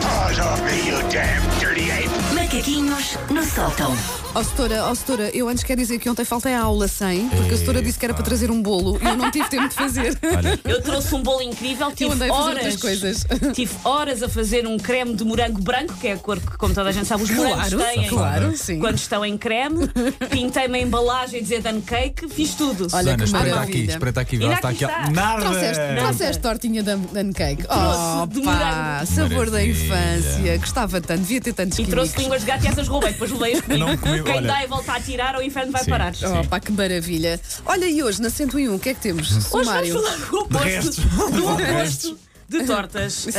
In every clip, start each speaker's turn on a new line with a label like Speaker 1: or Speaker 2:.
Speaker 1: paws off me, you damn dirty ape!
Speaker 2: Macaquinhos no sótão.
Speaker 3: Ó, oh, setora, oh, setora, eu antes quero dizer que ontem faltei à aula 100, porque a setora disse que era para trazer um bolo e eu não tive tempo de fazer.
Speaker 4: Olha,
Speaker 5: Eu trouxe um bolo incrível, tive
Speaker 3: andei a fazer
Speaker 5: horas.
Speaker 3: outras coisas.
Speaker 5: Tive horas a fazer um creme de morango branco, que é a cor que, como toda a gente sabe, os morangos têm.
Speaker 3: claro, sim.
Speaker 5: Quando estão em creme, pintei-me a embalagem a dizer dan cake, fiz tudo.
Speaker 3: Olha
Speaker 4: Susana,
Speaker 3: que
Speaker 4: espreita
Speaker 3: maravilha.
Speaker 4: aqui, espreita aqui, vê lá
Speaker 5: Ainda
Speaker 4: se está
Speaker 5: aqui
Speaker 4: aqui.
Speaker 5: está.
Speaker 4: Nada!
Speaker 3: Trouxeste, trouxeste tortinha de de cake. Oh,
Speaker 5: Trouxe de
Speaker 3: pá,
Speaker 5: morango.
Speaker 3: sabor da
Speaker 4: Maravilha.
Speaker 3: infância. Gostava tanto, devia ter tantos
Speaker 5: E trouxe
Speaker 3: químicos.
Speaker 5: línguas de gato e essas roubei, depois levei-as comigo.
Speaker 4: Não comi-
Speaker 5: Quem
Speaker 4: olha.
Speaker 5: dá e volta a tirar, ao inferno vai
Speaker 4: Sim.
Speaker 5: parar.
Speaker 4: Sim.
Speaker 3: Oh, pá, que maravilha. Olha, e hoje na 101, o que é que temos?
Speaker 5: Hoje vamos
Speaker 3: Sumário.
Speaker 5: falar do
Speaker 4: De restos.
Speaker 5: oposto, do oposto um de tortas
Speaker 3: Sim.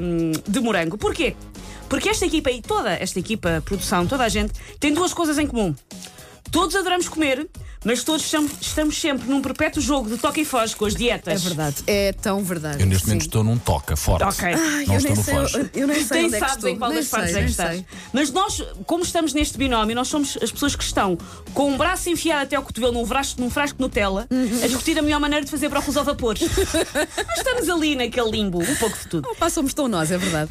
Speaker 5: hum, de morango. Porquê? Porque esta equipa e toda esta equipa, produção, toda a gente, tem duas coisas em comum. Todos adoramos comer, mas todos estamos, estamos sempre num perpétuo jogo de toque e foge com as dietas.
Speaker 3: É verdade, é tão verdade.
Speaker 4: Eu neste momento
Speaker 3: sim.
Speaker 4: estou num toca forte.
Speaker 5: Ok.
Speaker 3: Ai,
Speaker 4: Não
Speaker 3: eu
Speaker 4: estou
Speaker 3: nem
Speaker 4: no
Speaker 3: sei,
Speaker 4: foge.
Speaker 3: eu, eu nem sei
Speaker 5: Nem
Speaker 3: onde é que
Speaker 5: sabes
Speaker 3: estou.
Speaker 5: em qual
Speaker 3: nem
Speaker 5: das partes
Speaker 3: sei,
Speaker 5: é que
Speaker 3: nem
Speaker 5: estás.
Speaker 3: sei.
Speaker 5: Mas nós, como estamos neste binómio, nós somos as pessoas que estão com um braço enfiado até ao cotovelo num frasco, num frasco de Nutella a discutir a melhor maneira de fazer brócolis ao vapor. Nós estamos ali naquele limbo, um pouco de tudo.
Speaker 3: Pá, somos tão nós, é verdade.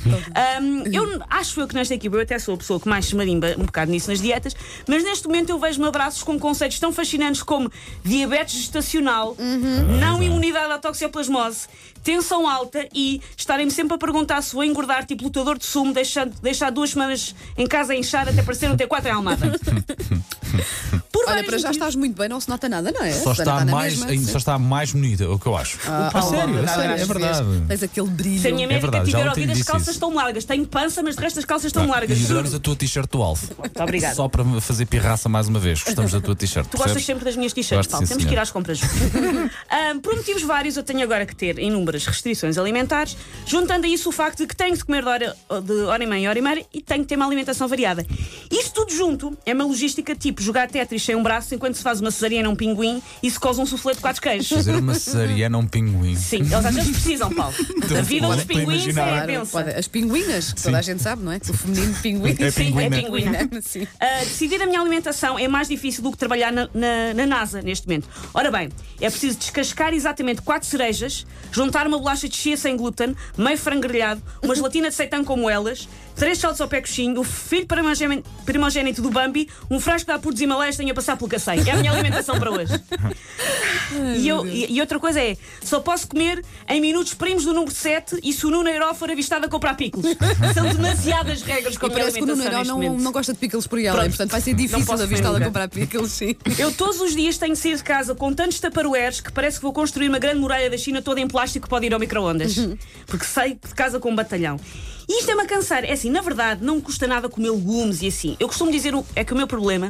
Speaker 5: Hum, eu acho eu que nesta equipa, eu até sou a pessoa que mais se marimba um bocado nisso nas dietas, mas neste momento eu vejo-me abraços com conceitos tão fascinantes como diabetes gestacional, não imunidade à toxoplasmose, tensão alta e estarem-me sempre a perguntar se vou engordar, tipo lutador de sumo, deixando, deixar duas semanas em casa a inchar até parecer um T4 em Almada. Por
Speaker 3: Olha,
Speaker 5: vários
Speaker 3: para já
Speaker 5: motivos.
Speaker 3: estás muito bem, não se nota nada, não é?
Speaker 4: Só
Speaker 3: Susana,
Speaker 5: tá
Speaker 4: está,
Speaker 3: na
Speaker 4: mais,
Speaker 3: mesma,
Speaker 4: ainda
Speaker 3: sim.
Speaker 4: só está mais bonita, é o que eu acho.
Speaker 3: Ah,
Speaker 4: a sério,
Speaker 3: olha,
Speaker 4: a sério, é
Speaker 3: às vezes
Speaker 4: verdade.
Speaker 3: Tens aquele brilho.
Speaker 5: Se a minha médica
Speaker 4: É verdade, já ontem
Speaker 5: tiver ouvido, as
Speaker 4: disse
Speaker 5: calças
Speaker 4: isso.
Speaker 5: estão largas. Tenho pança, mas de resto as calças estão largas.
Speaker 4: E
Speaker 5: Juro.
Speaker 4: adoramos a tua t-shirt do Alf.
Speaker 5: Muito obrigada.
Speaker 4: Só para fazer pirraça mais uma vez. Gostamos da tua t-shirt.
Speaker 5: Tu gostas
Speaker 4: percebes?
Speaker 5: sempre das minhas t-shirts,
Speaker 4: Gosto,
Speaker 5: Paulo.
Speaker 4: sim,
Speaker 5: Temos que ir
Speaker 4: senhora.
Speaker 5: às compras. Ahm, por motivos vários, eu tenho agora que ter inúmeras restrições alimentares, juntando a isso o facto de que tenho de comer de hora, de hora e meia, hora e meia, e tenho que ter uma alimentação variada. Isto tudo junto é uma logística tipo jogar Tetris sem um braço enquanto se faz uma cesariana a um pinguim e se cose um soufflé de quatro queijos.
Speaker 4: Fazer uma cesariana a um pinguim.
Speaker 5: Sim, eles às vezes precisam, Paulo. Da vida
Speaker 4: bom,
Speaker 5: dos
Speaker 4: estou a
Speaker 5: pinguins é
Speaker 4: imaginar.
Speaker 5: a
Speaker 3: Claro, pode-
Speaker 5: benção.
Speaker 3: As pinguinhas, toda a gente sabe, não é? O feminino pinguim.
Speaker 4: É
Speaker 5: Sim, é
Speaker 4: pinguina.
Speaker 5: pinguina.
Speaker 3: Sim.
Speaker 5: Uh, decidir a minha alimentação é mais difícil do que trabalhar na, na- na NASA neste momento. Ora bem, é preciso descascar exatamente quatro cerejas, juntar uma bolacha de chia sem glúten, meio frango grelhado, uma gelatina de seitan como elas, três saltos ao pé coxinho, o filho primogém- primogênito do Bambi, um frasco de apuro de Himalaias tenho a passar pelo cacém. É a minha alimentação para hoje. E, eu- e- e outra coisa é, só posso comer em minutos primos do número 7 e se o Nuno Herói for avistado a comprar picos. São demasiadas regras com a
Speaker 3: E
Speaker 5: minha
Speaker 3: parece que o
Speaker 5: alimentação
Speaker 3: Nuno Heró
Speaker 5: neste
Speaker 3: não,
Speaker 5: momento.
Speaker 3: não gosta de pickles por aí além,
Speaker 5: Pronto.
Speaker 3: portanto vai ser
Speaker 5: Não
Speaker 3: difícil
Speaker 5: posso
Speaker 3: avistá-la a
Speaker 5: nunca.
Speaker 3: comprar pickles, sim.
Speaker 5: Eu todos os dias tenho que sair de casa com tantos taparoeiros que parece que vou construir uma grande muralha da China toda em plástico que pode ir ao micro-ondas.
Speaker 3: Uhum.
Speaker 5: Porque saio de casa com um batalhão. E isto é-me a cansar. É assim, na verdade, não me custa nada comer legumes e assim. Eu costumo dizer o- é que o meu problema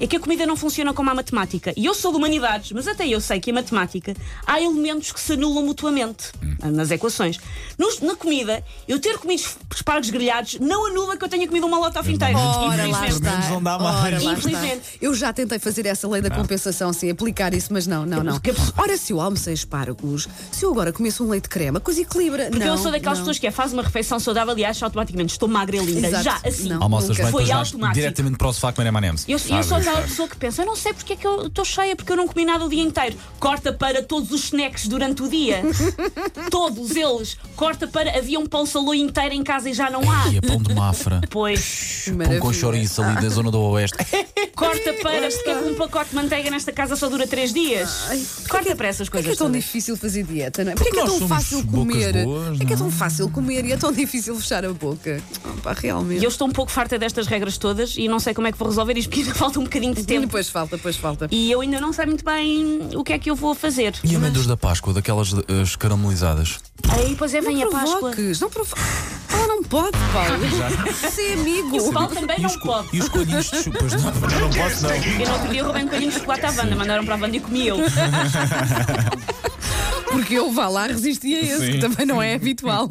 Speaker 5: é que a comida não funciona como a matemática. E eu sou de humanidades, mas até eu sei que a matemática há elementos que se anulam mutuamente nas equações. Nos- na comida, eu ter comido es- espargos grelhados não anula que eu tenha comido uma lota ao fim inteiro.
Speaker 3: Ora lá
Speaker 5: Infelizmente.
Speaker 3: está.
Speaker 4: menos não dá mais. Ah.
Speaker 3: Ora lá está.
Speaker 5: Infelizmente.
Speaker 3: Eu já tentei fazer essa lei da compensação, sim, aplicar isso, mas não, não, não.
Speaker 5: Porque-
Speaker 3: Ora, se eu almocei espargos, se eu agora começo um leite de creme, a coisa equilibra.
Speaker 5: Porque
Speaker 3: não,
Speaker 5: eu sou daquelas
Speaker 3: não.
Speaker 5: pessoas que é, faz uma refeição saudável e acha automaticamente estou magra e linda.
Speaker 3: Exato.
Speaker 5: Já, assim.
Speaker 3: Não.
Speaker 4: Almoças
Speaker 3: Nunca.
Speaker 4: bem,
Speaker 5: Foi
Speaker 4: depois vais
Speaker 5: automático.
Speaker 4: diretamente para o sofá comer M&M's.
Speaker 5: Eu, eu
Speaker 4: Sabes,
Speaker 5: sou aquela
Speaker 4: sabes.
Speaker 5: pessoa que pensa, eu não sei porque é que eu estou cheia, porque eu não comi nada o dia inteiro. Corta para todos os snacks durante o dia. todos eles. Corta para. Havia um pão salô inteiro em casa e já não há.
Speaker 4: E a é pão de mafra.
Speaker 5: Pois.
Speaker 4: Pão com
Speaker 3: Maravilha.
Speaker 4: chouriço ali da zona do oeste.
Speaker 5: Corta para, porque é que um pacote de manteiga nesta casa só dura três dias. Corta para essas
Speaker 3: Por que
Speaker 5: coisas.
Speaker 3: é tão
Speaker 5: todas.
Speaker 3: difícil fazer dieta? Não é? Por que é
Speaker 4: nós
Speaker 3: tão
Speaker 4: somos
Speaker 3: fácil
Speaker 4: bocas
Speaker 3: comer?
Speaker 4: boas,
Speaker 3: Por que é
Speaker 4: não
Speaker 3: tão
Speaker 4: é?
Speaker 3: fácil comer e é tão difícil fechar a boca? Oh, pá, realmente.
Speaker 5: E eu estou um pouco farta destas regras todas e não sei como é que vou resolver isto, porque ainda falta um bocadinho de tempo.
Speaker 3: Depois falta, depois falta.
Speaker 5: E eu ainda não sei muito bem o que é que eu vou fazer.
Speaker 4: E amêndoas da Páscoa, daquelas eh, caramelizadas.
Speaker 5: Aí, pois é, vem a
Speaker 3: não
Speaker 5: Páscoa.
Speaker 3: provoques, não provoques. Ela não pode, Paulo. Ser amigo.
Speaker 5: Paulo também
Speaker 4: E
Speaker 5: não
Speaker 4: os co-
Speaker 5: pode.
Speaker 4: E os coelhinhos de chupa. Pois não, é? não posso, não.
Speaker 5: Eu no outro dia roubei um bocadinho de chocolate à banda, mandaram para a banda e comi eu.
Speaker 3: Porque eu vá lá resistia a esse,
Speaker 4: Sim.
Speaker 3: que também não é habitual.